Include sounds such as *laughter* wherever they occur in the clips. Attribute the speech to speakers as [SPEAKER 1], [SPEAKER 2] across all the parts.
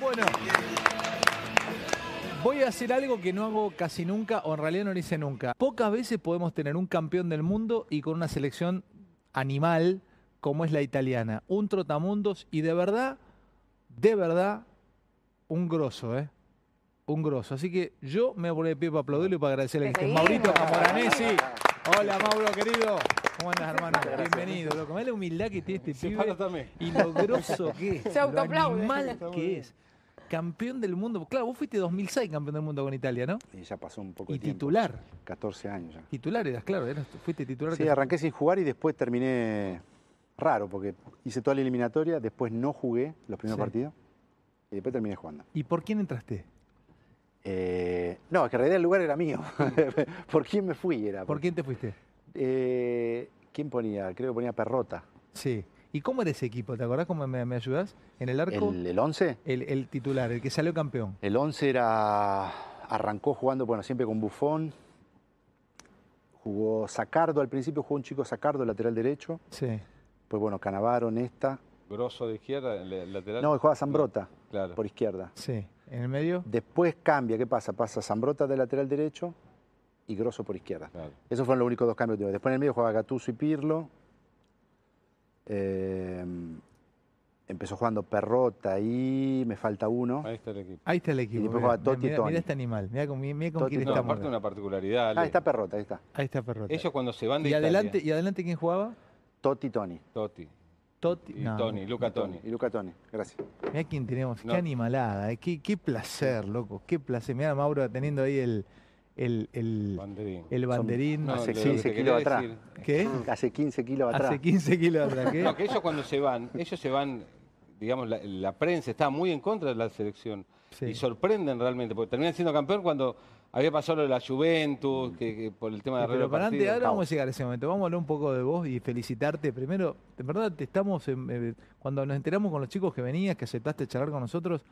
[SPEAKER 1] Bueno, voy a hacer algo que no hago casi nunca, o en realidad no lo hice nunca. Pocas veces podemos tener un campeón del mundo y con una selección animal como es la italiana. Un trotamundos y de verdad, de verdad, un grosso, ¿eh? Un grosso. Así que yo me voy de pie para aplaudirlo y para agradecerle que esté.
[SPEAKER 2] seguimos,
[SPEAKER 1] Maurito
[SPEAKER 2] te
[SPEAKER 1] Camoranesi. Hola, Mauro, querido. ¿Cómo andas, hermano? Bienvenido, loco. Mirá la humildad que tiene este pibe y *laughs* lo grosso que es.
[SPEAKER 2] Se autoaplaude.
[SPEAKER 1] Lo animal que es. Campeón del mundo. Claro, vos fuiste 2006 campeón del mundo con Italia, ¿no?
[SPEAKER 3] Y ya pasó un poco
[SPEAKER 1] Y
[SPEAKER 3] de tiempo.
[SPEAKER 1] titular.
[SPEAKER 3] 14 años ya.
[SPEAKER 1] Titular eras, claro. eras- fuiste titular.
[SPEAKER 3] Sí,
[SPEAKER 1] casi-
[SPEAKER 3] arranqué sin jugar y después terminé raro, porque hice toda la eliminatoria, después no jugué los primeros
[SPEAKER 1] Sí.
[SPEAKER 3] partidos y después terminé jugando.
[SPEAKER 1] ¿Y por quién entraste?
[SPEAKER 3] Eh, no, es que en realidad el lugar era mío. *laughs* Ah, ¿Por quién me fui? Era.
[SPEAKER 1] ¿Por quién te fuiste?
[SPEAKER 3] Eh, ¿Quién ponía? Creo que ponía Perrota.
[SPEAKER 1] Sí. ¿Y cómo era ese equipo? ¿Te acordás cómo me, me ayudás? En el arco, el,
[SPEAKER 3] ¿El, el 11?
[SPEAKER 1] el titular, el que salió campeón.
[SPEAKER 3] El 11 era. Arrancó jugando, bueno, siempre con Bufón. Jugó Sacardo, al principio jugó un chico Sacardo, lateral derecho.
[SPEAKER 1] Sí.
[SPEAKER 3] Pues bueno, Canavaro, Nesta.
[SPEAKER 4] Grosso de izquierda, le- lateral.
[SPEAKER 3] No, jugaba Zambrota
[SPEAKER 4] claro.
[SPEAKER 3] por izquierda.
[SPEAKER 1] Sí. ¿En el medio?
[SPEAKER 3] Después cambia, ¿qué pasa? Pasa Zambrota de lateral derecho y Grosso por izquierda.
[SPEAKER 4] claro.
[SPEAKER 3] Esos fueron los únicos dos cambios que tuve. Después en el medio jugaba Gatuso y Pirlo. Eh, empezó jugando Perrota y me falta uno.
[SPEAKER 4] Ahí está el equipo.
[SPEAKER 1] Ahí está el equipo.
[SPEAKER 3] después
[SPEAKER 1] mirá,
[SPEAKER 3] juega Totti y
[SPEAKER 1] mirá, mirá
[SPEAKER 3] Toni.
[SPEAKER 1] este animal. Mira con, mirá con
[SPEAKER 3] Totti
[SPEAKER 1] quién
[SPEAKER 3] y
[SPEAKER 4] No,
[SPEAKER 1] estamos.
[SPEAKER 4] aparte una particularidad. Ale.
[SPEAKER 3] Ah, está Perrota, ahí está.
[SPEAKER 1] Ahí está Perrota.
[SPEAKER 4] Ellos cuando se van de
[SPEAKER 1] y, adelante,
[SPEAKER 4] Italia,
[SPEAKER 1] ¿Y adelante quién jugaba?
[SPEAKER 3] Totti, Toni.
[SPEAKER 4] Totti
[SPEAKER 1] Totti.
[SPEAKER 4] y Toni, Luca Toni.
[SPEAKER 3] Y Luca Toni, gracias.
[SPEAKER 1] Mirá quién tenemos.
[SPEAKER 4] No.
[SPEAKER 1] Qué animalada. eh. Qué, qué placer, loco. Qué placer. Mirá a Mauro teniendo ahí el, el, el,
[SPEAKER 4] Banderín.
[SPEAKER 1] el banderín.
[SPEAKER 4] No,
[SPEAKER 3] hace
[SPEAKER 4] lo- lo
[SPEAKER 3] 15
[SPEAKER 4] que te
[SPEAKER 3] kilos
[SPEAKER 4] quería
[SPEAKER 3] atrás.
[SPEAKER 4] decir-
[SPEAKER 3] *laughs*
[SPEAKER 1] ¿Qué?
[SPEAKER 3] Hace 15 kilos atrás.
[SPEAKER 1] Hace 15 kilos atrás. ¿qué?
[SPEAKER 4] No, que ellos cuando se van, ellos se van, digamos, la, la prensa está muy en contra de la selección.
[SPEAKER 1] Sí.
[SPEAKER 4] Y sorprenden realmente, porque terminan siendo campeón cuando había pasado lo de la Juventus, que, que por el tema de
[SPEAKER 1] Sí,
[SPEAKER 4] arreglo
[SPEAKER 1] Pero para antes,
[SPEAKER 4] partido.
[SPEAKER 1] ahora vamos a llegar a ese momento. Vamos a hablar un poco de vos y felicitarte. Primero, de verdad, te estamos. em, eh, cuando nos enteramos con los chicos que venías, que aceptaste charlar con nosotros,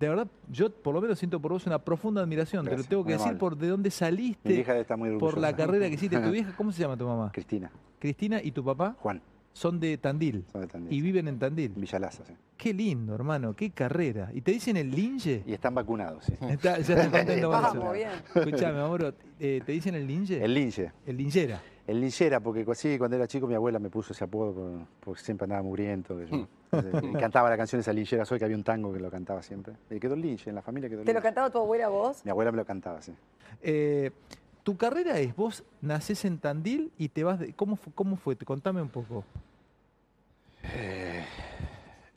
[SPEAKER 1] de verdad, yo por lo menos siento por vos una profunda admiración. te lo
[SPEAKER 3] Gracias,
[SPEAKER 1] tengo que
[SPEAKER 3] muy
[SPEAKER 1] decir
[SPEAKER 3] amable.
[SPEAKER 1] por de dónde
[SPEAKER 3] Mi
[SPEAKER 1] saliste,
[SPEAKER 3] hija está muy orgullosa.
[SPEAKER 1] por la carrera que
[SPEAKER 3] *laughs*
[SPEAKER 1] hiciste. Tu vieja, ¿cómo se llama tu mamá?
[SPEAKER 3] Cristina,
[SPEAKER 1] Cristina y tu papá
[SPEAKER 3] Juan,
[SPEAKER 1] son de Tandil
[SPEAKER 3] son de Tandil.
[SPEAKER 1] y viven en
[SPEAKER 3] En
[SPEAKER 1] Tandil.
[SPEAKER 3] Villalaza, sí.
[SPEAKER 1] Qué lindo, hermano, qué carrera. ¿Y te dicen el linje?
[SPEAKER 3] Y están vacunados, sí.
[SPEAKER 1] *laughs* Está- ya estoy
[SPEAKER 3] *laughs*
[SPEAKER 1] contento con
[SPEAKER 2] Vamos,
[SPEAKER 1] eso.
[SPEAKER 2] bien.
[SPEAKER 1] Escuchame, Mauro, eh, ¿te dicen el linje?
[SPEAKER 3] El lince.
[SPEAKER 1] el linjera.
[SPEAKER 3] El linchera, porque cu- sí, cuando era chico mi abuela me puso ese apodo por- porque siempre andaba mugriento. que yo- Entonces, y cantaba la canción esa linchera soy, que había un tango que lo cantaba siempre. Y quedó el linche, en la familia quedó el
[SPEAKER 2] ¿Te lo
[SPEAKER 3] linche.
[SPEAKER 2] cantaba tu abuela vos?
[SPEAKER 3] Mi abuela me lo cantaba, sí.
[SPEAKER 1] Eh, tu carrera es, vos nacés en Tandil y te vas de... ¿Cómo, fu- cómo fue? Te- Contame un poco.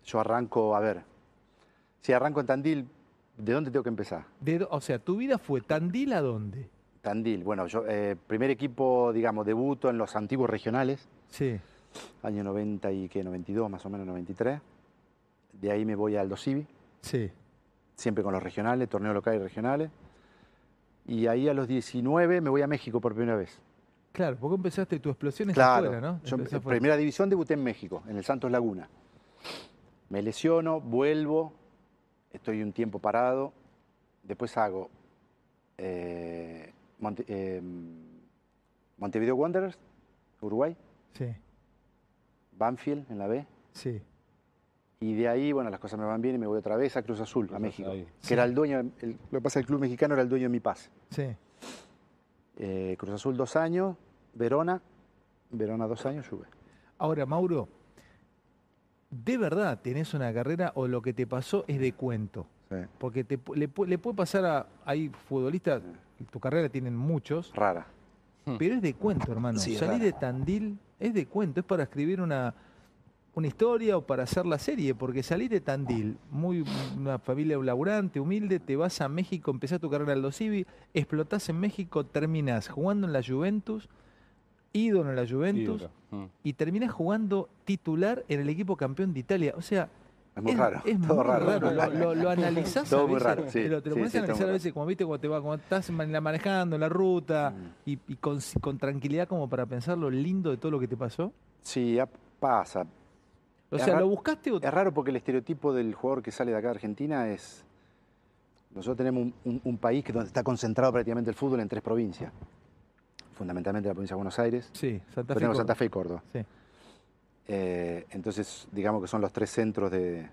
[SPEAKER 3] Yo arranco, a ver, si arranco en Tandil, ¿de dónde tengo que empezar?
[SPEAKER 1] De do- o sea, tu vida fue Tandil a dónde?
[SPEAKER 3] Tandil, bueno, yo, eh, primer equipo, digamos, debuto en los antiguos regionales,
[SPEAKER 1] Sí,
[SPEAKER 3] año 90 y que 92, más o menos 93. De ahí me voy al Dosivi,
[SPEAKER 1] sí.
[SPEAKER 3] siempre con los regionales, torneos locales y regionales. Y ahí a los 19 me voy a México por primera vez.
[SPEAKER 1] Claro, porque empezaste tu explosión es
[SPEAKER 3] Claro,
[SPEAKER 1] afuera, ¿no?
[SPEAKER 3] yo eh, en
[SPEAKER 1] Empezás afuera.
[SPEAKER 3] primera división debuté en México, en el Santos Laguna. Me lesiono, vuelvo, estoy un tiempo parado, después hago eh, Monte- eh, Montevideo Wanderers, Uruguay,
[SPEAKER 1] Sí,
[SPEAKER 3] Banfield en la B,
[SPEAKER 1] sí.
[SPEAKER 3] y de ahí, bueno, las cosas me van bien y me voy otra vez a Cruz Azul, a
[SPEAKER 4] Cruz
[SPEAKER 3] México,
[SPEAKER 4] Azul, ahí.
[SPEAKER 3] que era el dueño, el- lo que pasa es que el club mexicano era el dueño de mi pase.
[SPEAKER 1] Sí,
[SPEAKER 3] Eh, Cruz Azul dos años, Verona, Verona dos años, Juve.
[SPEAKER 1] Ahora, Mauro, ¿de verdad tenés una carrera o lo que te pasó es de cuento? Porque te pu- le, pu- le puede pasar a... Hay futbolistas, tu carrera tienen muchos,
[SPEAKER 3] Rara.
[SPEAKER 1] Pero es de cuento, hermano.
[SPEAKER 3] Sí, es
[SPEAKER 1] Salir
[SPEAKER 3] raro.
[SPEAKER 1] de Tandil es de cuento, es para escribir una, una historia o para hacer la serie, porque salir de Tandil, muy una familia laburante, humilde, te vas a México, empezás tu carrera al Dosivi, explotás en México, terminás jugando en la Juventus, ídolo en la Juventus,
[SPEAKER 4] Ídolo. Mm.
[SPEAKER 1] y terminás jugando titular en el equipo campeón de Italia. O sea,
[SPEAKER 3] Es muy raro, todo
[SPEAKER 1] muy
[SPEAKER 3] raro.
[SPEAKER 1] Lo, lo- lo analizás
[SPEAKER 3] Todo
[SPEAKER 1] a
[SPEAKER 3] muy
[SPEAKER 1] veces,
[SPEAKER 3] raro, sí,
[SPEAKER 1] Te lo, te lo
[SPEAKER 3] sí,
[SPEAKER 1] pones
[SPEAKER 3] sí,
[SPEAKER 1] a
[SPEAKER 3] todo muy
[SPEAKER 1] analizar a
[SPEAKER 3] raro. Mm.
[SPEAKER 1] veces, como viste, cuando, te va, cuando estás man- la manejando en la ruta y, y con, si- con tranquilidad como para pensar lo lindo de todo lo que te pasó.
[SPEAKER 3] Sí, ya pasa.
[SPEAKER 1] O
[SPEAKER 3] Es
[SPEAKER 1] sea,
[SPEAKER 3] raro-
[SPEAKER 1] ¿lo buscaste o
[SPEAKER 3] Es raro porque el estereotipo del jugador que sale de acá de Argentina es... Nosotros tenemos un, un- un país que donde está concentrado prácticamente el fútbol en tres provincias. Fundamentalmente la provincia de Buenos Aires.
[SPEAKER 1] Sí, Santa
[SPEAKER 3] pero
[SPEAKER 1] Fe.
[SPEAKER 3] tenemos
[SPEAKER 1] Córdoba.
[SPEAKER 3] Santa Fe y Córdoba.
[SPEAKER 1] Sí.
[SPEAKER 3] Eh, entonces, digamos que son los tres centros de,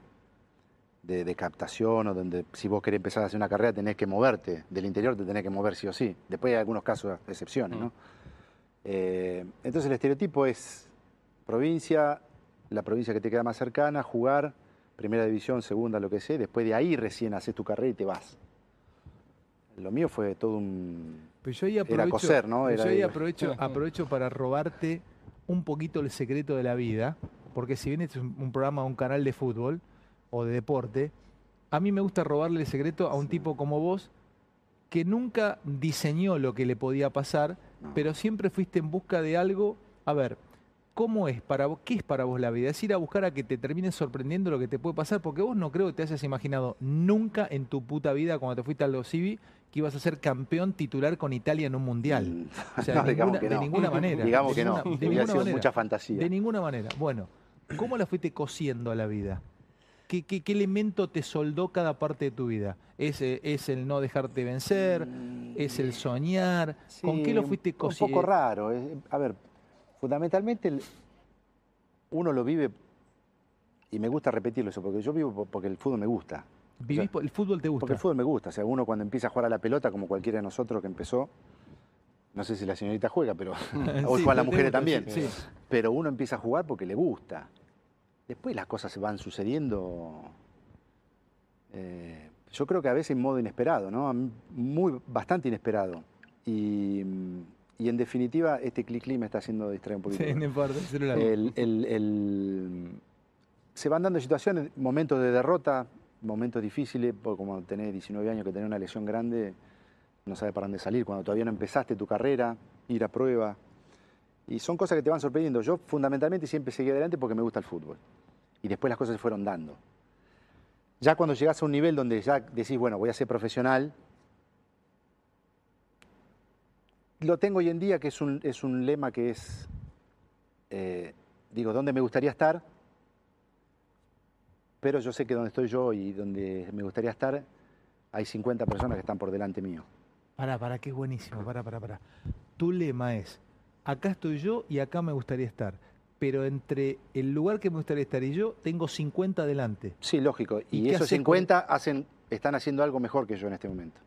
[SPEAKER 3] de, de captación o donde si vos querés empezar a hacer una carrera tenés que moverte. Del interior te tenés que mover sí o sí. Después hay algunos casos, excepciones,
[SPEAKER 1] Mm.
[SPEAKER 3] ¿no? Eh, entonces el estereotipo es provincia, la provincia que te queda más cercana, jugar, primera división, segunda, lo que sea, y después de ahí recién haces tu carrera y te vas. Lo mío fue todo un...
[SPEAKER 1] Pero yo ahí
[SPEAKER 3] Era
[SPEAKER 1] aprovecho,
[SPEAKER 3] coser, ¿no?
[SPEAKER 1] pero
[SPEAKER 3] Era
[SPEAKER 1] yo ahí
[SPEAKER 3] digo-
[SPEAKER 1] aprovecho, aprovecho para robarte un poquito el secreto de la vida, porque si bien este es un, un programa, un canal de fútbol o de deporte, a mí me gusta robarle el secreto a un tipo como vos que nunca diseñó lo que le podía pasar,
[SPEAKER 3] No.
[SPEAKER 1] pero siempre fuiste en busca de algo. A ver, ¿cómo es para vos? ¿Qué es para vos la vida? Es ir a buscar a que te termine sorprendiendo lo que te puede pasar, porque vos no creo que te hayas imaginado nunca en tu puta vida cuando te fuiste al Civi que ibas a ser campeón titular con Italia en un
[SPEAKER 3] Mm,
[SPEAKER 1] mundial.
[SPEAKER 3] *laughs*
[SPEAKER 1] O sea,
[SPEAKER 3] No,
[SPEAKER 1] de,
[SPEAKER 3] digamos
[SPEAKER 1] ninguna,
[SPEAKER 3] que
[SPEAKER 1] de
[SPEAKER 3] no.
[SPEAKER 1] ninguna manera.
[SPEAKER 3] Digamos
[SPEAKER 1] de
[SPEAKER 3] que no.
[SPEAKER 1] ninguna- de
[SPEAKER 3] Hubiera
[SPEAKER 1] ninguna
[SPEAKER 3] sido
[SPEAKER 1] manera.
[SPEAKER 3] mucha fantasía.
[SPEAKER 1] De ninguna manera. Bueno, ¿cómo la fuiste cosiendo a la vida? ¿Qué, qué- qué elemento te soldó cada parte de tu vida? ¿Es, eh, es el no dejarte vencer? ¿Es el soñar? ¿Con
[SPEAKER 3] Mm, Sí,
[SPEAKER 1] qué lo fuiste
[SPEAKER 3] un-
[SPEAKER 1] cosiendo?
[SPEAKER 3] Un poco raro. eh. A ver, fundamentalmente el- uno lo vive, y me gusta repetirlo eso, porque yo vivo po- porque el fútbol me gusta.
[SPEAKER 1] Vivís
[SPEAKER 3] O sea,
[SPEAKER 1] por- el fútbol te gusta.
[SPEAKER 3] Porque el fútbol me gusta. O sea, uno cuando empieza a jugar a la pelota, como cualquiera de nosotros que empezó, no sé si la señorita
[SPEAKER 1] *laughs*
[SPEAKER 3] juega, pero *laughs* hoy
[SPEAKER 1] Sí,
[SPEAKER 3] juegan
[SPEAKER 1] te
[SPEAKER 3] las mujeres
[SPEAKER 1] gusta,
[SPEAKER 3] también.
[SPEAKER 1] sí, sí.
[SPEAKER 3] Pero uno empieza a jugar porque le gusta. Después las cosas se van sucediendo. eh, yo creo que a veces en modo inesperado, ¿no? A mí, Muy, bastante inesperado. Y, mm, y en definitiva, este clic-clic me está haciendo distraer un poquito.
[SPEAKER 1] Sí, no importa, el celular.
[SPEAKER 3] El- el- el- se van dando situaciones, momentos de derrota, momentos difíciles, porque como tenés 19 años que tenés una lesión grande, no sabes para dónde salir, cuando todavía no empezaste tu carrera, ir a prueba. Y son cosas que te van sorprendiendo. Yo fundamentalmente siempre seguí adelante porque me gusta el fútbol. Y después las cosas se fueron dando. Ya cuando llegás a un nivel donde ya decís, bueno, voy a ser profesional, lo tengo hoy en día que es un, es un lema que es eh, digo, ¿dónde me gustaría estar? Pero yo sé que donde estoy yo y donde me gustaría estar, hay 50 personas que están por delante mío.
[SPEAKER 1] Pará, pará, que es buenísimo. Pará, pará, pará. Tu lema es, acá estoy yo y acá me gustaría estar. Pero entre el lugar que me gustaría estar y yo, tengo 50 adelante.
[SPEAKER 3] Sí, lógico.
[SPEAKER 1] ¿Y
[SPEAKER 3] Y,
[SPEAKER 1] qué
[SPEAKER 3] esos
[SPEAKER 1] haces
[SPEAKER 3] 50 hacen, están haciendo algo mejor que yo en este momento.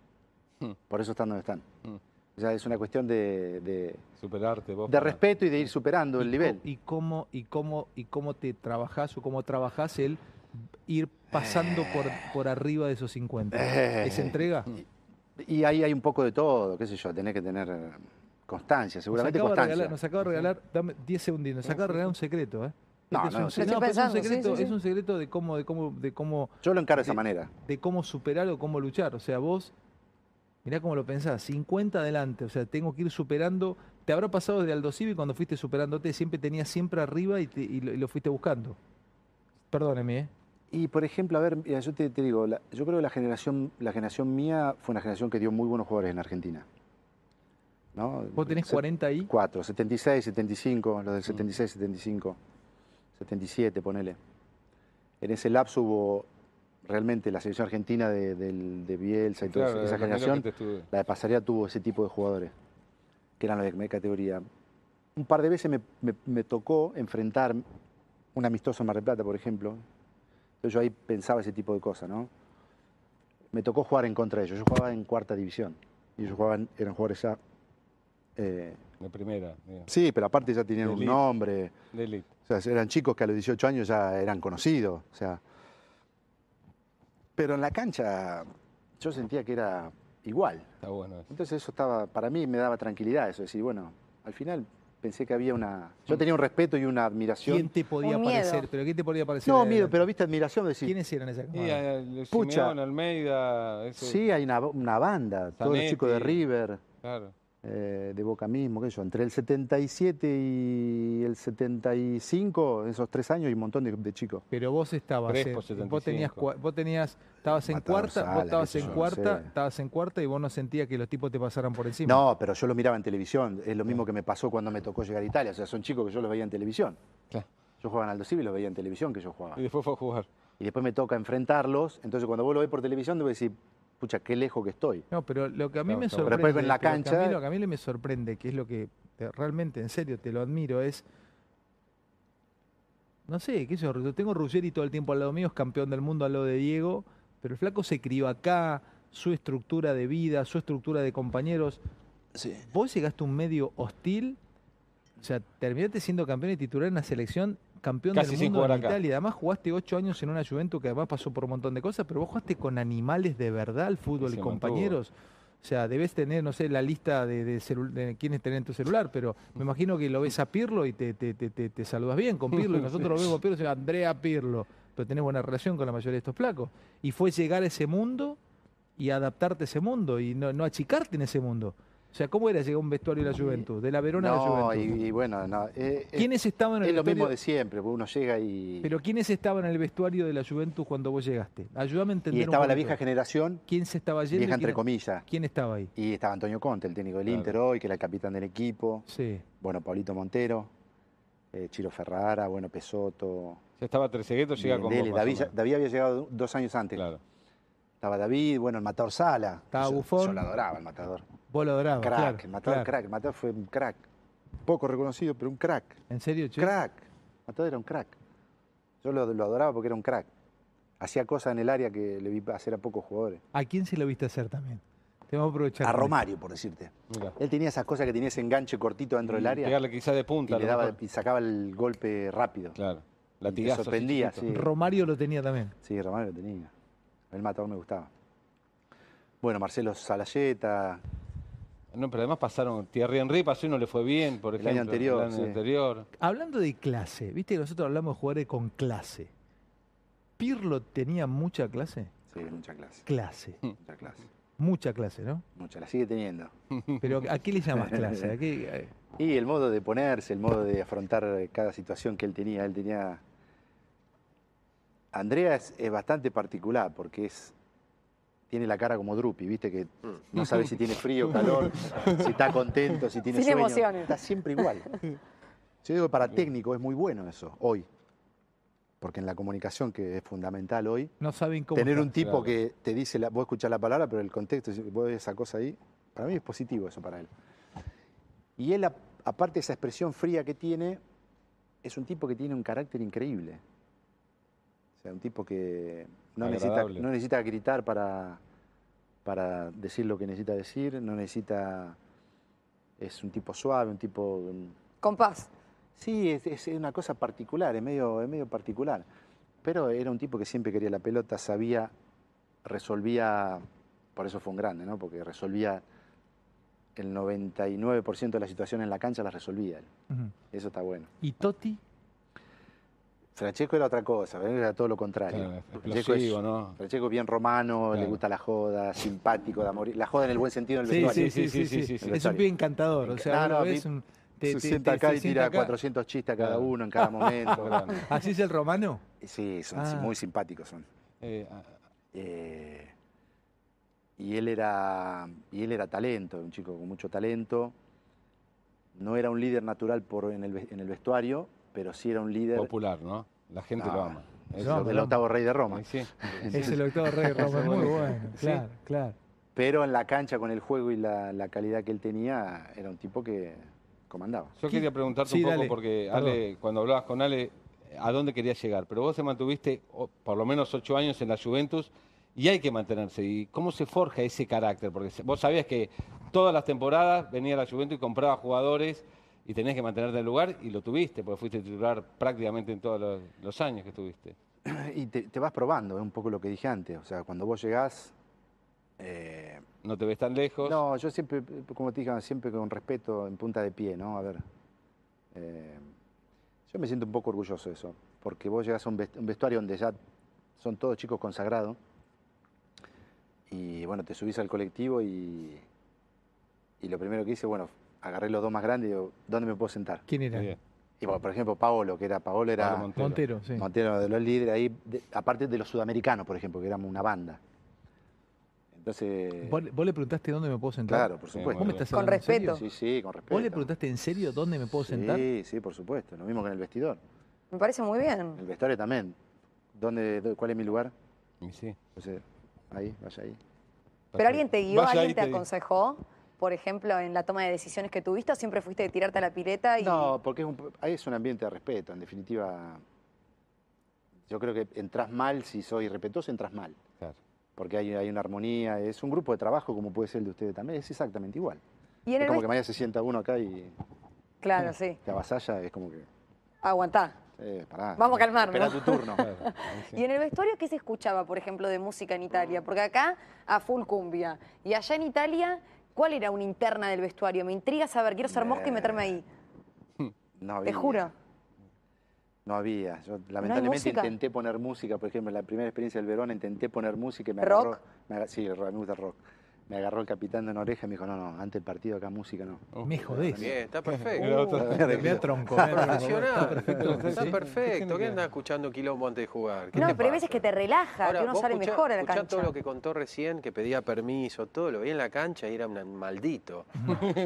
[SPEAKER 4] Hmm.
[SPEAKER 3] Por eso están donde están.
[SPEAKER 4] Hmm.
[SPEAKER 3] O sea, es una cuestión de, de-
[SPEAKER 4] Superarte vos.
[SPEAKER 3] de
[SPEAKER 4] Fernando.
[SPEAKER 3] respeto y de ir superando
[SPEAKER 1] y
[SPEAKER 3] el
[SPEAKER 1] co-
[SPEAKER 3] nivel.
[SPEAKER 1] Y cómo, y cómo, y cómo te trabajás o cómo trabajás el ir pasando por, por arriba de esos 50.
[SPEAKER 3] Eh.
[SPEAKER 1] ¿Es entrega?
[SPEAKER 3] Y ahí hay un poco de todo, qué sé yo, tenés que tener eh, constancia,
[SPEAKER 1] Nos
[SPEAKER 3] seguramente
[SPEAKER 1] acaba, de
[SPEAKER 3] constancia.
[SPEAKER 1] regalar, nos acaba de regalar, dame 10 segunditos, nos acaba de regalar un secreto, ¿eh?
[SPEAKER 3] No,
[SPEAKER 1] Este es
[SPEAKER 3] no,
[SPEAKER 1] un,
[SPEAKER 3] sí.
[SPEAKER 1] se-
[SPEAKER 2] Lo estoy
[SPEAKER 1] pero es un
[SPEAKER 2] pensando, sí,
[SPEAKER 1] secreto,
[SPEAKER 2] sí,
[SPEAKER 1] es
[SPEAKER 2] sí.
[SPEAKER 1] un secreto de cómo, de cómo, de cómo
[SPEAKER 3] Yo lo encaro de esa
[SPEAKER 1] Sí.
[SPEAKER 3] manera.
[SPEAKER 1] de cómo superar o cómo luchar. O sea, vos, mirá cómo lo pensás, 50 adelante, o sea, tengo que ir superando. Te habrá pasado desde Aldo Civi cuando fuiste superándote, siempre tenías siempre arriba y, te- y lo, y lo fuiste buscando. Perdóneme, ¿eh?
[SPEAKER 3] Y por ejemplo, a ver, mira, yo te, te digo, la- yo creo que la generación, la generación mía fue una generación que dio muy buenos jugadores en Argentina. ¿no?
[SPEAKER 1] Vos tenés
[SPEAKER 3] Se-
[SPEAKER 1] 40 ahí.
[SPEAKER 3] cuatro, 76, 75, los del 76, 75, 77, ponele. En ese lapso hubo realmente la selección argentina de, del- de Bielsa y toda
[SPEAKER 4] Claro,
[SPEAKER 3] esa
[SPEAKER 4] la primera que
[SPEAKER 3] generación.
[SPEAKER 4] te estuve.
[SPEAKER 3] La de Pasarela tuvo ese tipo de jugadores, que eran los de categoría. Un par de veces me, me- me tocó enfrentar un amistoso en Mar del Plata, por ejemplo. Entonces yo ahí pensaba ese tipo de cosas, ¿no? Me tocó jugar en contra de ellos. Yo jugaba en cuarta división. Y ellos jugaban, eran jugadores ya. eh,
[SPEAKER 4] La primera, mira,
[SPEAKER 3] sí, pero aparte ya tenían
[SPEAKER 4] De
[SPEAKER 3] un
[SPEAKER 4] elite.
[SPEAKER 3] nombre.
[SPEAKER 4] de elite.
[SPEAKER 3] O sea, eran chicos que a los 18 años ya eran conocidos. O sea. Pero en la cancha yo sentía que era igual.
[SPEAKER 4] Está bueno eso.
[SPEAKER 3] Entonces eso estaba, para mí me daba tranquilidad eso, decir, bueno, al final pensé que había una, yo tenía un respeto y una
[SPEAKER 1] ¿Quién
[SPEAKER 3] admiración.
[SPEAKER 1] te podía
[SPEAKER 2] Un miedo.
[SPEAKER 1] parecer? ¿Pero quién te podía parecer?
[SPEAKER 3] No,
[SPEAKER 1] de
[SPEAKER 3] miedo,
[SPEAKER 1] adelante?
[SPEAKER 3] pero viste admiración, decir,
[SPEAKER 1] ¿Quiénes eran esas?
[SPEAKER 4] Y
[SPEAKER 1] Bueno,
[SPEAKER 4] eh,
[SPEAKER 3] Pucha.
[SPEAKER 4] Simeón, Almeida, eso,
[SPEAKER 3] sí, hay una, una banda, todos los
[SPEAKER 4] Zanetti.
[SPEAKER 3] chicos de River,
[SPEAKER 4] Claro.
[SPEAKER 3] eh, de Boca mismo, qué sé yo, entre el 77 y el 75, esos tres años y un montón de, de chicos.
[SPEAKER 1] Pero vos estabas,
[SPEAKER 4] Crespo,
[SPEAKER 1] en- vos
[SPEAKER 4] 75.
[SPEAKER 1] tenías, cua- vos tenías, estabas en
[SPEAKER 3] Matador
[SPEAKER 1] cuarta,
[SPEAKER 3] Sala,
[SPEAKER 1] vos estabas
[SPEAKER 3] qué sé
[SPEAKER 1] en
[SPEAKER 3] yo,
[SPEAKER 1] cuarta,
[SPEAKER 3] no sé.
[SPEAKER 1] estabas en cuarta y vos no sentías que los tipos te pasaran por encima.
[SPEAKER 3] No, pero yo los miraba en televisión, es lo mismo que me pasó cuando me tocó llegar a Italia, o sea, son chicos que yo los veía en televisión.
[SPEAKER 4] claro.
[SPEAKER 3] Yo jugaba en Aldo Civi y los veía en televisión que yo jugaba.
[SPEAKER 4] Y después fue a jugar.
[SPEAKER 3] y después me toca enfrentarlos. Entonces, cuando vos lo ves por televisión, debo decir, pucha, qué lejos que estoy.
[SPEAKER 1] No, pero lo que a mí
[SPEAKER 4] Claro,
[SPEAKER 1] me
[SPEAKER 4] claro.
[SPEAKER 1] sorprende.
[SPEAKER 3] Pero después en
[SPEAKER 1] pero
[SPEAKER 3] la
[SPEAKER 1] lo que a mí-
[SPEAKER 3] cancha-
[SPEAKER 1] Lo que a mí me sorprende, que es lo que te- realmente, en serio, te lo admiro, es. No sé, qué sé yo. Yo Tengo Ruggeri todo el tiempo al lado mío, es campeón del mundo al lado de Diego, pero el flaco se crió acá, su estructura de vida, su estructura de compañeros.
[SPEAKER 3] Sí.
[SPEAKER 1] Vos llegaste a un medio hostil, o sea, terminaste siendo campeón y titular en la selección, campeón
[SPEAKER 4] Casi
[SPEAKER 1] del
[SPEAKER 4] sin
[SPEAKER 1] mundo
[SPEAKER 4] jugar
[SPEAKER 1] en
[SPEAKER 4] acá.
[SPEAKER 1] Italia. Además jugaste ocho años en una Juventus que además pasó por un montón de cosas, pero vos jugaste con animales de verdad al fútbol
[SPEAKER 4] Se
[SPEAKER 1] y
[SPEAKER 4] mantuvo.
[SPEAKER 1] compañeros. O sea, debes tener, no sé, la lista de, de celu- de quienes tenés en tu celular, pero me imagino que lo ves a Pirlo y te, te, te- te- te saludas bien con Pirlo. Y nosotros lo vemos a Pirlo, se llama Andrea Pirlo. Pero tenés buena relación con la mayoría de estos placos. Y fue llegar a ese mundo y adaptarte a ese mundo y no, no achicarte en ese mundo. O sea, ¿cómo era llegar a un vestuario de la Juventus? De la Verona a la
[SPEAKER 3] No,
[SPEAKER 1] Juventus.
[SPEAKER 3] y, y bueno, no, eh, eh,
[SPEAKER 1] ¿Quiénes estaban en
[SPEAKER 3] es
[SPEAKER 1] el
[SPEAKER 3] lo mismo
[SPEAKER 1] vestuario?
[SPEAKER 3] de siempre, porque uno llega y,
[SPEAKER 1] Pero ¿quiénes estaban en el vestuario de la Juventus cuando vos llegaste? Ayúdame a entender.
[SPEAKER 3] y
[SPEAKER 1] un
[SPEAKER 3] estaba la
[SPEAKER 1] poquito.
[SPEAKER 3] vieja generación,
[SPEAKER 1] ¿Quién se estaba yendo? y
[SPEAKER 3] vieja entre
[SPEAKER 1] quién,
[SPEAKER 3] comillas,
[SPEAKER 1] quién estaba ahí?
[SPEAKER 3] y estaba Antonio Conte, el técnico del
[SPEAKER 4] Claro.
[SPEAKER 3] Inter hoy, que era el capitán del equipo,
[SPEAKER 1] Sí.
[SPEAKER 3] bueno, Paulito Montero, eh, Chiro Ferrara, bueno, Pesotto,
[SPEAKER 4] Ya estaba Tresegueto, llega con vos,
[SPEAKER 3] Mendeles,
[SPEAKER 4] más o
[SPEAKER 3] David,
[SPEAKER 4] menos.
[SPEAKER 3] David había llegado dos años antes,
[SPEAKER 4] Claro.
[SPEAKER 3] estaba David, bueno, el Matador Sala,
[SPEAKER 1] Estaba
[SPEAKER 3] Yo-
[SPEAKER 1] Buffon.
[SPEAKER 3] yo lo adoraba el Matador,
[SPEAKER 1] Vos lo adorabas,
[SPEAKER 3] crack,
[SPEAKER 1] claro,
[SPEAKER 3] el Matador
[SPEAKER 1] claro.
[SPEAKER 3] crack, el Matador fue un crack, poco reconocido, pero un crack,
[SPEAKER 1] ¿En serio, che?
[SPEAKER 3] Crack. Matador era un crack. Yo lo, lo adoraba porque era un crack. Hacía cosas en el área que le vi hacer a pocos jugadores.
[SPEAKER 1] ¿A quién se lo viste hacer también? Te vamos a aprovechar.
[SPEAKER 3] A
[SPEAKER 1] con
[SPEAKER 3] Romario, por decirte.
[SPEAKER 4] Mirá.
[SPEAKER 3] Él tenía esas cosas que tenía ese enganche cortito dentro del área
[SPEAKER 4] Pegarle quizás de
[SPEAKER 3] y,
[SPEAKER 4] punta. a
[SPEAKER 3] le
[SPEAKER 4] lo
[SPEAKER 3] daba,
[SPEAKER 4] mejor.
[SPEAKER 3] y sacaba el golpe rápido.
[SPEAKER 4] Claro.
[SPEAKER 3] Y te
[SPEAKER 4] Latigazo. así
[SPEAKER 3] sorprendía,
[SPEAKER 4] chiquito.
[SPEAKER 1] esto.
[SPEAKER 3] sí.
[SPEAKER 1] Romario lo tenía también.
[SPEAKER 3] Sí, Romario lo tenía. El matador me gustaba. Bueno, Marcelo Salayeta.
[SPEAKER 4] No, pero además pasaron. Thierry Henry pasó y no le fue bien, por
[SPEAKER 3] El
[SPEAKER 4] ejemplo.
[SPEAKER 3] año anterior,
[SPEAKER 4] El año
[SPEAKER 3] sí.
[SPEAKER 4] anterior.
[SPEAKER 1] Hablando de clase, viste que nosotros hablamos de jugadores con clase. ¿Pirlo tenía mucha clase?
[SPEAKER 3] Sí, mucha clase.
[SPEAKER 1] Clase.
[SPEAKER 3] Mucha clase.
[SPEAKER 1] Mucha clase, ¿no?
[SPEAKER 3] Mucha. La sigue teniendo.
[SPEAKER 1] Pero ¿a qué le llamas clase? ¿A qué-
[SPEAKER 3] Y el modo de ponerse, el modo de afrontar eh, cada situación que él tenía. Él tenía. Andrea es, es bastante particular porque es. Tiene la cara como Drupi, viste que no sabe si tiene frío, calor, si está contento, si tiene
[SPEAKER 2] Sin
[SPEAKER 3] sueño.
[SPEAKER 2] emociones.
[SPEAKER 3] Está siempre igual. Yo digo que para técnico es muy bueno eso, hoy. Porque en la comunicación, que es fundamental hoy,
[SPEAKER 1] No saben cómo.
[SPEAKER 3] tener
[SPEAKER 1] está.
[SPEAKER 3] un
[SPEAKER 4] Claro.
[SPEAKER 3] tipo que te dice, la, vos escuchás la palabra, pero el contexto, si vos ves esa cosa ahí, para mí es positivo eso para él. Y él, a- aparte de esa expresión fría que tiene, es un tipo que tiene un carácter increíble. O sea, un tipo que no, necesita,
[SPEAKER 4] Agradable.
[SPEAKER 3] no necesita gritar para, para decir lo que necesita decir, no necesita... Es un tipo suave, un tipo... mm,
[SPEAKER 2] Compás.
[SPEAKER 3] Sí, es, es una cosa particular, es medio, es medio particular. Pero era un tipo que siempre quería la pelota, sabía, resolvía, por eso fue un grande, ¿no? Porque resolvía el 99% de las situaciones en la cancha las resolvía él.
[SPEAKER 1] Ujú.
[SPEAKER 3] Eso está bueno.
[SPEAKER 1] ¿Y Totti?
[SPEAKER 3] Francesco era otra cosa, ¿verdad? era todo lo contrario.
[SPEAKER 4] Claro,
[SPEAKER 3] Francesco es-
[SPEAKER 4] explosivo, ¿no?
[SPEAKER 3] *laughs* Francesco bien romano, le
[SPEAKER 4] Claro.
[SPEAKER 3] gusta la joda, simpático de a morir. La joda en el buen sentido del
[SPEAKER 1] Sí, sí,
[SPEAKER 3] vestuario.
[SPEAKER 1] sí, sí, sí,
[SPEAKER 4] sí,
[SPEAKER 1] sí.
[SPEAKER 3] sí.
[SPEAKER 1] Es un pibe encantador. O sea,
[SPEAKER 3] No,
[SPEAKER 1] vos lo
[SPEAKER 3] no,
[SPEAKER 1] ves
[SPEAKER 3] vi-
[SPEAKER 1] un- te-
[SPEAKER 3] se
[SPEAKER 1] te-
[SPEAKER 3] sienta
[SPEAKER 1] te-
[SPEAKER 3] acá
[SPEAKER 1] se
[SPEAKER 3] y
[SPEAKER 1] sienta
[SPEAKER 3] tira
[SPEAKER 1] acá.
[SPEAKER 3] 400 chistes a cada
[SPEAKER 4] Claro.
[SPEAKER 3] uno
[SPEAKER 1] *laughs*
[SPEAKER 3] en cada momento.
[SPEAKER 4] Grande.
[SPEAKER 1] ¿Así es el romano?
[SPEAKER 3] Sí, son
[SPEAKER 1] Ah.
[SPEAKER 3] muy simpáticos son.
[SPEAKER 4] Eh, a-
[SPEAKER 3] Eh, y él era y él era talento, un chico con mucho talento. No era un líder natural por, en, el, ve- en el vestuario, pero sí era un líder.
[SPEAKER 4] popular, ¿no? La gente
[SPEAKER 3] Ah,
[SPEAKER 4] lo ama.
[SPEAKER 3] es
[SPEAKER 1] Lo ama,
[SPEAKER 3] el,
[SPEAKER 1] lo ama.
[SPEAKER 3] octavo rey de Roma. *laughs*
[SPEAKER 4] Sí, sí.
[SPEAKER 1] Es el octavo rey Roma. Muy bueno.
[SPEAKER 4] Sí.
[SPEAKER 1] Claro, claro.
[SPEAKER 3] Pero en la cancha, con el juego y la, la calidad que él tenía, era un tipo que comandaba. *clears throat*
[SPEAKER 4] Yo
[SPEAKER 1] ¿Qué?
[SPEAKER 4] quería preguntarte
[SPEAKER 1] Sí,
[SPEAKER 4] un poco,
[SPEAKER 1] dale.
[SPEAKER 4] porque Ale, cuando hablabas con Ale, ¿a dónde querías llegar? Pero vos te mantuviste o, por lo menos ocho años en la Juventus y hay que mantenerse. ¿Y cómo se forja ese carácter? Porque se- vos sabías que todas las temporadas venía la Juventus y compraba jugadores y tenías que mantenerte en el lugar y lo tuviste, porque fuiste titular prácticamente en todos los, los años que estuviste.
[SPEAKER 3] Y te, te vas probando, es un poco lo que dije antes. O sea, cuando vos llegás. eh,
[SPEAKER 4] No te ves tan lejos.
[SPEAKER 3] No, yo siempre, como te dije, ah, siempre con respeto, en punta de pie, ¿no? A ver. eh, yo me siento un poco orgulloso de eso, porque vos llegás a un vest- un vestuario donde ya son todos chicos consagrados y bueno, te subís al colectivo y, y lo primero que hice, bueno, agarré los dos más grandes y digo, ¿dónde me puedo sentar?
[SPEAKER 1] ¿Quién
[SPEAKER 4] Muy
[SPEAKER 1] era?
[SPEAKER 4] bien.
[SPEAKER 3] Y bueno, por ejemplo, Paolo, que era Paolo era
[SPEAKER 4] Pablo Montero.
[SPEAKER 1] Montero, sí.
[SPEAKER 3] Montero de los líderes ahí, de- aparte de los sudamericanos, por ejemplo, que éramos una banda. Entonces,
[SPEAKER 1] ¿Vos, vos le preguntaste dónde me puedo sentar?
[SPEAKER 3] claro, por
[SPEAKER 4] Sí,
[SPEAKER 3] supuesto.
[SPEAKER 1] ¿Vos me estás
[SPEAKER 2] Con
[SPEAKER 1] hablando en
[SPEAKER 2] respeto.
[SPEAKER 1] serio?
[SPEAKER 3] Sí, sí, con respeto.
[SPEAKER 1] ¿Vos le preguntaste en serio dónde me puedo sentar?
[SPEAKER 3] Sí, sí, por supuesto. Lo mismo que en el vestidor.
[SPEAKER 2] Me parece muy
[SPEAKER 3] En el
[SPEAKER 2] bien.
[SPEAKER 3] vestuario también. ¿Dónde, dó- ¿Cuál es mi lugar?
[SPEAKER 4] Y sí,
[SPEAKER 3] Entonces, ahí, vaya ahí.
[SPEAKER 2] ¿Pero alguien te guió,
[SPEAKER 4] Vaya ahí,
[SPEAKER 2] alguien te
[SPEAKER 4] digo.
[SPEAKER 2] aconsejó? Por ejemplo, en la toma de decisiones que tuviste, ¿o siempre fuiste de tirarte a la pileta y
[SPEAKER 3] No, porque es un, ahí es un ambiente de respeto. En definitiva, Yo creo que entras mal, si soy respetuoso, entras mal.
[SPEAKER 4] Claro.
[SPEAKER 3] Porque hay, hay una armonía, es un grupo de trabajo como puede ser el de ustedes también, es exactamente igual.
[SPEAKER 2] Y en
[SPEAKER 3] Es
[SPEAKER 2] el
[SPEAKER 3] como que
[SPEAKER 2] vest-
[SPEAKER 3] mañana se sienta uno acá y
[SPEAKER 2] Claro, sí.
[SPEAKER 3] te avasalla, es como que.
[SPEAKER 2] Aguantá.
[SPEAKER 3] Eh, pará.
[SPEAKER 2] Vamos a calmarnos.
[SPEAKER 3] Espera tu
[SPEAKER 1] *laughs*
[SPEAKER 3] turno.
[SPEAKER 4] Claro,
[SPEAKER 2] ¿Y en el vestuario qué se escuchaba, por ejemplo, de música en Italia? Porque acá a full cumbia. Y allá en Italia, ¿cuál era una interna del vestuario? Me intriga saber, quiero ser mosca y meterme ahí.
[SPEAKER 3] No
[SPEAKER 5] Eh,
[SPEAKER 2] Te
[SPEAKER 3] había,
[SPEAKER 2] juro.
[SPEAKER 3] No había. Yo lamentablemente
[SPEAKER 2] música?
[SPEAKER 3] intenté poner música, por ejemplo, en la primera experiencia del Verón intenté poner música y me
[SPEAKER 2] ¿Rock?
[SPEAKER 3] agarró. me aga- sí, el rock, me gusta el rock. Me agarró el capitán de una oreja y me dijo, no, no, antes del partido acá música no.
[SPEAKER 1] Me jodés.
[SPEAKER 5] Bien, está
[SPEAKER 4] Era
[SPEAKER 5] perfecto.
[SPEAKER 4] otro-
[SPEAKER 1] Mira tronco. mirá tronco. Está
[SPEAKER 5] Profesional.
[SPEAKER 1] perfecto.
[SPEAKER 5] Está
[SPEAKER 1] Sí.
[SPEAKER 5] perfecto. ¿Qué andas escuchando quilombo antes de jugar? ¿Qué
[SPEAKER 2] No,
[SPEAKER 5] te
[SPEAKER 2] pero hay
[SPEAKER 5] pasa?
[SPEAKER 2] veces que te relaja,
[SPEAKER 5] Ahora,
[SPEAKER 2] que uno
[SPEAKER 5] vos
[SPEAKER 2] sale
[SPEAKER 5] escuchá-
[SPEAKER 2] mejor a la
[SPEAKER 5] escuchá
[SPEAKER 2] cancha.
[SPEAKER 5] todo lo que contó recién, que pedía permiso, todo, lo vi en la cancha y era un
[SPEAKER 1] *laughs*
[SPEAKER 5] maldito.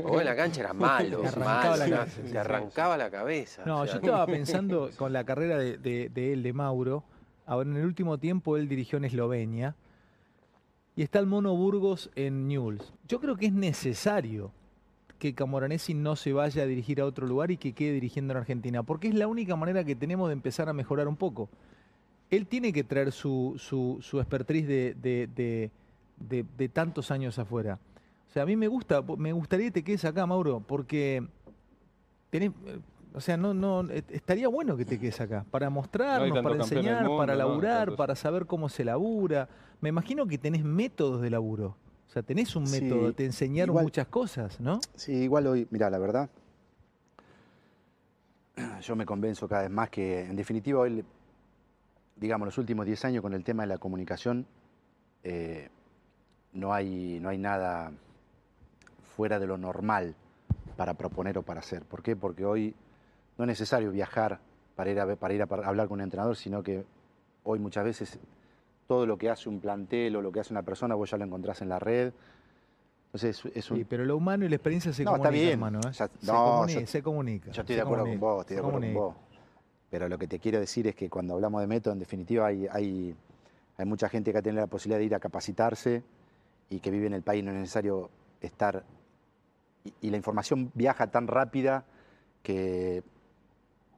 [SPEAKER 5] Vos en la cancha eras malo,
[SPEAKER 1] Te arrancaba
[SPEAKER 5] malo,
[SPEAKER 1] la
[SPEAKER 5] o sea,
[SPEAKER 1] cabeza, sí, sí.
[SPEAKER 5] te arrancaba la cabeza.
[SPEAKER 1] No,
[SPEAKER 5] o
[SPEAKER 1] yo
[SPEAKER 5] sea, *laughs*
[SPEAKER 1] estaba pensando con la carrera de, de- de él, de Mauro. Ahora, en el último tiempo él dirigió en Eslovenia. Y está el Mono Burgos en Newell's. Yo creo que es necesario que Camoranesi no se vaya a dirigir a otro lugar y que quede dirigiendo en Argentina, porque es la única manera que tenemos de empezar a mejorar un poco. Él tiene que traer su, su, su expertriz de, de- de- de- de tantos años afuera. O sea, a mí me gusta, me gustaría que te quedes acá, Mauro, porque tenés, eh, o sea, no, no, eh, estaría bueno que te quedes acá, para mostrarnos,
[SPEAKER 4] tanto
[SPEAKER 1] para
[SPEAKER 4] campeón del
[SPEAKER 1] enseñar,
[SPEAKER 4] mundo,
[SPEAKER 1] para
[SPEAKER 4] ¿no?
[SPEAKER 1] laburar,
[SPEAKER 4] Tantos-
[SPEAKER 1] para saber cómo se labura. Me imagino que tenés métodos de laburo. O sea, tenés un
[SPEAKER 3] Sí,
[SPEAKER 1] método, te enseñaron
[SPEAKER 3] igual-
[SPEAKER 1] muchas cosas, ¿no?
[SPEAKER 3] Sí, igual hoy, mira, la verdad, *clears throat* yo me convenzo cada vez más que, en definitiva, hoy, le- digamos, los últimos 10 años con el tema de la comunicación, eh, no, hay, no hay nada fuera de lo normal para proponer o para hacer. ¿Por qué? Porque hoy no es necesario viajar para ir a, ver- para ir a par- hablar con un entrenador, sino que hoy muchas veces todo lo que hace un plantel o lo que hace una persona, vos ya lo encontrás en la red. Entonces, es- es un,
[SPEAKER 1] Sí, pero lo humano y la experiencia se
[SPEAKER 3] No, está
[SPEAKER 1] comunican,
[SPEAKER 3] bien.
[SPEAKER 1] hermano. ¿eh?
[SPEAKER 3] Ya-
[SPEAKER 1] se,
[SPEAKER 3] no,
[SPEAKER 1] comuni-
[SPEAKER 3] yo-
[SPEAKER 1] se comunica.
[SPEAKER 3] Yo estoy
[SPEAKER 1] se
[SPEAKER 3] de acuerdo con
[SPEAKER 1] comunica,
[SPEAKER 3] vos, estoy de
[SPEAKER 1] se
[SPEAKER 3] acuerdo con
[SPEAKER 1] comunica.
[SPEAKER 3] vos. Pero lo que te quiero decir es que cuando hablamos de método, en definitiva, hay, hay, hay mucha gente que ha tenido la posibilidad de ir a capacitarse y que vive en el país, no es necesario estar. Y, y la información viaja tan rápida que,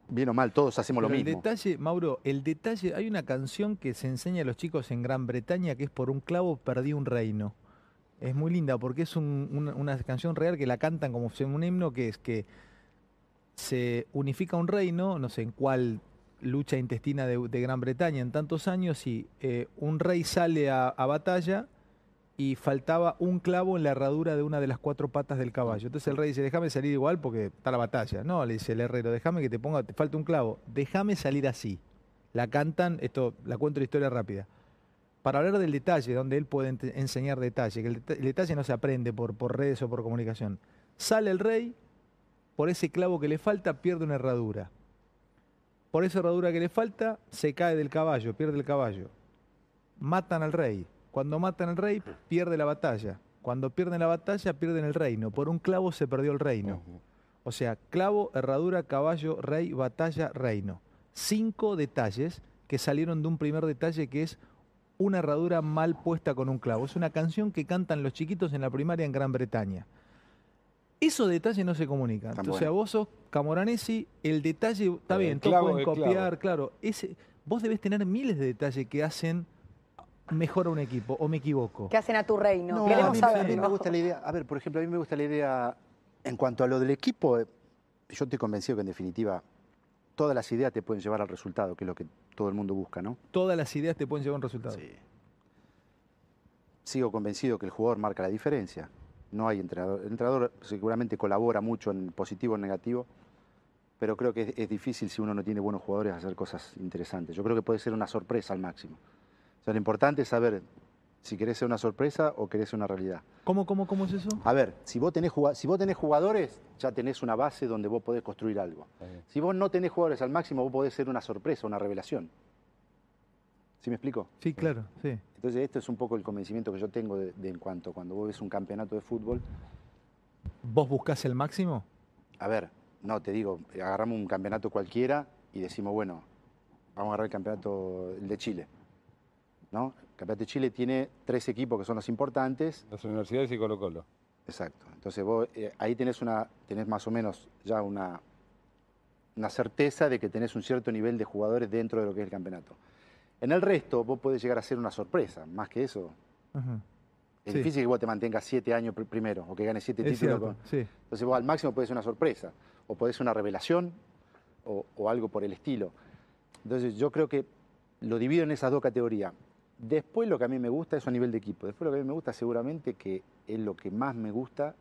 [SPEAKER 3] bien o mal, todos hacemos
[SPEAKER 1] Pero
[SPEAKER 3] lo
[SPEAKER 1] el
[SPEAKER 3] mismo.
[SPEAKER 1] detalle, Mauro, el detalle, hay una canción que se enseña a los chicos en Gran Bretaña que es Por un clavo perdí un reino. Es muy linda porque es un- una, una canción real que la cantan como si- un himno que es que se unifica un reino, no sé en cuál lucha intestina de, de Gran Bretaña en tantos años y eh, un rey sale a, a batalla y faltaba un clavo en la herradura de una de las cuatro patas del caballo. Entonces el rey dice, déjame salir igual porque está la batalla. No, le dice el herrero, déjame que te ponga, te falta un clavo, déjame salir así. La cantan, esto, la cuento la historia rápida. Para hablar del detalle, donde él puede ente- enseñar detalle, que el, deta- el detalle no se aprende por, por redes o por comunicación. Sale el rey, por ese clavo que le falta, pierde una herradura. Por esa herradura que le falta, se cae del caballo, pierde el caballo. Matan al rey. Cuando matan al rey, pierde la batalla. Cuando pierden la batalla, pierden el reino. Por un clavo se perdió el reino. O sea, clavo, herradura, caballo, rey, batalla, reino. Cinco detalles que salieron de un primer detalle que es una herradura mal puesta con un clavo. Es una canción que cantan los chiquitos en la primaria en Gran Bretaña. Esos detalles no se comunican.
[SPEAKER 3] Están
[SPEAKER 1] Entonces, a vos sos Camoranesi, el detalle, está
[SPEAKER 4] El
[SPEAKER 3] Eh,
[SPEAKER 1] bien, todos
[SPEAKER 4] clavo
[SPEAKER 1] pueden
[SPEAKER 4] del clavo.
[SPEAKER 1] copiar, claro. Ese, vos debés tener miles de detalles que hacen mejor a un equipo, o me equivoco.
[SPEAKER 2] ¿Qué hacen a tu reino?
[SPEAKER 3] No, a
[SPEAKER 2] Queremos
[SPEAKER 3] mí, me-
[SPEAKER 2] saberlo.
[SPEAKER 3] a mí me gusta la idea. A ver, por ejemplo, a mí me gusta la idea. En cuanto a lo del equipo, eh, yo estoy convencido que en definitiva todas las ideas te pueden llevar al resultado, que es lo que todo el mundo busca, ¿no?
[SPEAKER 1] Todas las ideas te pueden llevar a un resultado.
[SPEAKER 3] Sigo convencido que el jugador marca la diferencia. No hay entrenador. El entrenador seguramente colabora mucho en positivo o en negativo, pero creo que es, es difícil si uno no tiene buenos jugadores hacer cosas interesantes. Yo creo que puede ser una sorpresa al máximo. O sea, lo importante es saber si querés ser una sorpresa o querés ser una realidad.
[SPEAKER 1] ¿Cómo, cómo, cómo es eso?
[SPEAKER 3] A ver, si vos tenés, jugad- si vos tenés jugadores, ya tenés una base donde vos podés construir algo. Si vos no tenés jugadores al máximo, vos podés ser una sorpresa, una revelación. ¿Sí me explico?
[SPEAKER 1] Sí, claro, sí.
[SPEAKER 3] Entonces, esto es un poco el convencimiento que yo tengo de, de en cuanto cuando vos ves un campeonato de fútbol.
[SPEAKER 1] ¿Vos buscás el máximo?
[SPEAKER 3] A ver, no, te digo, agarramos un campeonato cualquiera y decimos, bueno, vamos a agarrar el campeonato el de Chile. ¿No? El campeonato de Chile tiene tres equipos que son los importantes.
[SPEAKER 4] Las universidades y Colo Colo.
[SPEAKER 3] Exacto. Entonces vos eh, ahí tenés una, tenés más o menos ya una, una certeza de que tenés un cierto nivel de jugadores dentro de lo que es el campeonato. En el resto, vos podés llegar a ser una sorpresa. Más que eso,
[SPEAKER 1] Ujú.
[SPEAKER 3] es
[SPEAKER 1] Sí.
[SPEAKER 3] difícil que vos te mantengas siete años pr- primero o que ganes siete
[SPEAKER 1] Es
[SPEAKER 3] títulos.
[SPEAKER 1] cierto,
[SPEAKER 3] con-
[SPEAKER 1] sí.
[SPEAKER 3] Entonces vos al máximo podés ser una sorpresa, o podés ser una revelación, o, o algo por el estilo. Entonces yo creo que lo divido en esas dos categorías. Después lo que a mí me gusta es a nivel de equipo. Después lo que a mí me gusta seguramente, que es lo que más me gusta,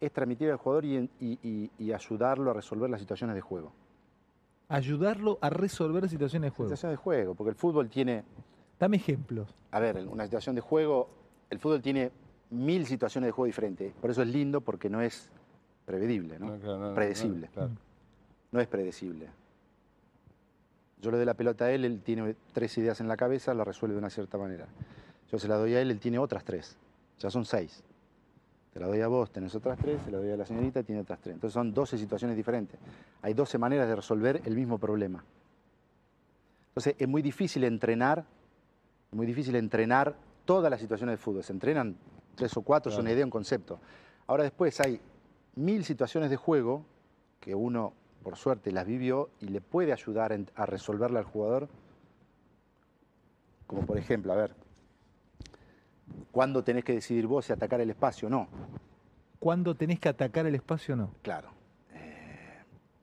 [SPEAKER 3] es transmitir al jugador y, en- y- y- y ayudarlo a resolver las situaciones de juego.
[SPEAKER 1] Ayudarlo a resolver situaciones de juego.
[SPEAKER 3] Situaciones de juego, porque el fútbol tiene
[SPEAKER 1] Dame ejemplos.
[SPEAKER 3] a ver, una situación de juego, el fútbol tiene mil situaciones de juego diferentes. Por eso es lindo porque no es prevedible, ¿no?
[SPEAKER 4] No, claro, no, no,
[SPEAKER 3] predecible.
[SPEAKER 4] no, claro. *laughs*
[SPEAKER 3] No es predecible. Yo le doy la pelota a él, él tiene tres ideas en la cabeza, la resuelve de una cierta manera. Yo se la doy a él, él tiene otras tres. Ya son seis. Te la doy a vos, tenés otras tres, se la doy a la señorita, tiene otras tres. Entonces son 12 situaciones diferentes. Hay 12 maneras de resolver el mismo problema. Entonces es muy difícil entrenar, muy difícil entrenar todas las situaciones de fútbol. Se entrenan tres o cuatro, son
[SPEAKER 4] Claro.
[SPEAKER 3] una idea, un concepto. Ahora después hay mil situaciones de juego que uno, por suerte, las vivió y le puede ayudar en- a resolverla al jugador. Como por ejemplo, a ver, ¿cuándo tenés que decidir vos si atacar el espacio o no?
[SPEAKER 1] ¿Cuándo tenés que atacar el espacio o no?
[SPEAKER 3] Claro. Eh,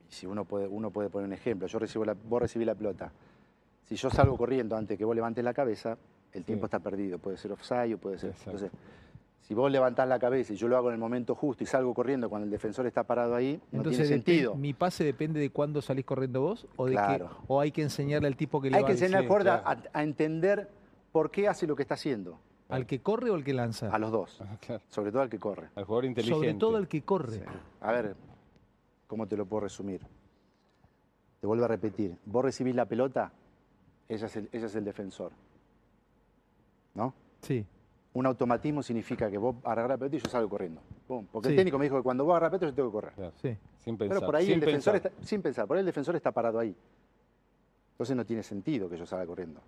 [SPEAKER 3] y si uno puede, uno puede poner un ejemplo, yo recibo la, vos recibí la pelota. Si yo salgo corriendo antes que vos levantes la cabeza, el tiempo está perdido. Puede ser offside o puede ser.
[SPEAKER 4] Exacto.
[SPEAKER 3] Entonces, si vos levantás la cabeza y yo lo hago en el momento justo y salgo corriendo cuando el defensor está parado ahí, no tiene
[SPEAKER 1] depen-
[SPEAKER 3] sentido.
[SPEAKER 1] mi pase depende de cuándo salís corriendo vos o de
[SPEAKER 3] Claro.
[SPEAKER 1] que, o hay que enseñarle al tipo que le
[SPEAKER 3] Hay
[SPEAKER 1] va
[SPEAKER 3] que
[SPEAKER 1] a-
[SPEAKER 3] enseñar al
[SPEAKER 4] sí,
[SPEAKER 3] jugador a-
[SPEAKER 4] claro.
[SPEAKER 3] a, a entender por qué hace lo que está haciendo.
[SPEAKER 1] al que corre o al que lanza.
[SPEAKER 3] A los dos.
[SPEAKER 4] Claro,
[SPEAKER 3] Sobre todo al que corre.
[SPEAKER 4] Al jugador inteligente.
[SPEAKER 1] Sobre todo al que corre.
[SPEAKER 3] A ver, ¿cómo te lo puedo resumir? Te vuelvo a repetir. Vos recibís la pelota, ella es el, ella es el defensor. ¿No?
[SPEAKER 1] Sí.
[SPEAKER 3] Un automatismo significa que vos agarrás la pelota y yo salgo corriendo. Pum. Porque
[SPEAKER 1] Sí.
[SPEAKER 3] el técnico me dijo que cuando vos agarras la pelota yo tengo que correr.
[SPEAKER 4] Claro,
[SPEAKER 1] Sí.
[SPEAKER 4] Sin pensar.
[SPEAKER 3] Pero por ahí
[SPEAKER 4] sin
[SPEAKER 3] el defensor
[SPEAKER 4] pensar.
[SPEAKER 3] está, sin pensar, por ahí el defensor está parado ahí. Entonces no tiene sentido que yo salga corriendo.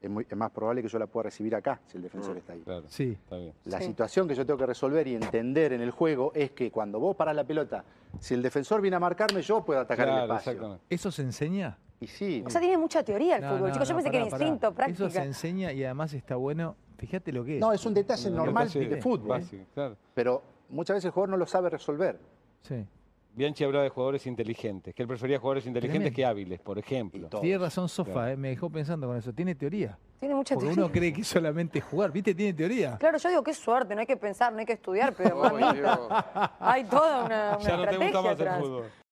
[SPEAKER 3] Es, muy- es más probable que yo la pueda recibir acá si el defensor está ahí.
[SPEAKER 4] Claro,
[SPEAKER 1] Sí.
[SPEAKER 4] está bien.
[SPEAKER 3] La
[SPEAKER 2] Sí.
[SPEAKER 3] situación que yo tengo que resolver y entender en el juego es que cuando vos parás la pelota, si el defensor viene a marcarme, yo puedo atacar
[SPEAKER 4] Claro,
[SPEAKER 3] el espacio.
[SPEAKER 4] exactamente.
[SPEAKER 1] ¿Eso se enseña?
[SPEAKER 3] Y sí,
[SPEAKER 2] O sea, tiene mucha teoría el
[SPEAKER 1] No,
[SPEAKER 2] fútbol,
[SPEAKER 1] no,
[SPEAKER 2] chicos. Yo
[SPEAKER 1] no,
[SPEAKER 2] pensé que
[SPEAKER 1] pará,
[SPEAKER 2] era
[SPEAKER 1] pará.
[SPEAKER 2] instinto,
[SPEAKER 1] Eso se
[SPEAKER 2] práctica.
[SPEAKER 1] enseña y además está bueno. Fíjate lo que es.
[SPEAKER 3] no, es un detalle
[SPEAKER 1] no,
[SPEAKER 3] normal
[SPEAKER 1] casi-
[SPEAKER 3] de fútbol, ¿eh?
[SPEAKER 4] Básico, claro.
[SPEAKER 3] pero muchas veces el jugador no lo sabe resolver.
[SPEAKER 1] Sí.
[SPEAKER 4] Bianchi hablaba de jugadores inteligentes, que él prefería jugadores inteligentes
[SPEAKER 1] Tremendo.
[SPEAKER 4] que hábiles, por ejemplo.
[SPEAKER 3] Y todo.
[SPEAKER 1] Tiene razón Sofa, eh, me dejó pensando con eso. Tiene teoría.
[SPEAKER 2] Tiene mucha
[SPEAKER 1] Porque
[SPEAKER 2] teoría.
[SPEAKER 1] uno cree que es solamente jugar. ¿Viste? Tiene teoría.
[SPEAKER 2] Claro, yo digo, qué suerte,
[SPEAKER 4] *laughs*
[SPEAKER 2] no hay que pensar, no hay que estudiar, pero
[SPEAKER 5] Oh,
[SPEAKER 2] mamita,
[SPEAKER 5] Dios.
[SPEAKER 2] hay toda una, una
[SPEAKER 4] Ya no te
[SPEAKER 2] estrategia
[SPEAKER 4] gusta más el
[SPEAKER 2] atrás.
[SPEAKER 4] fútbol.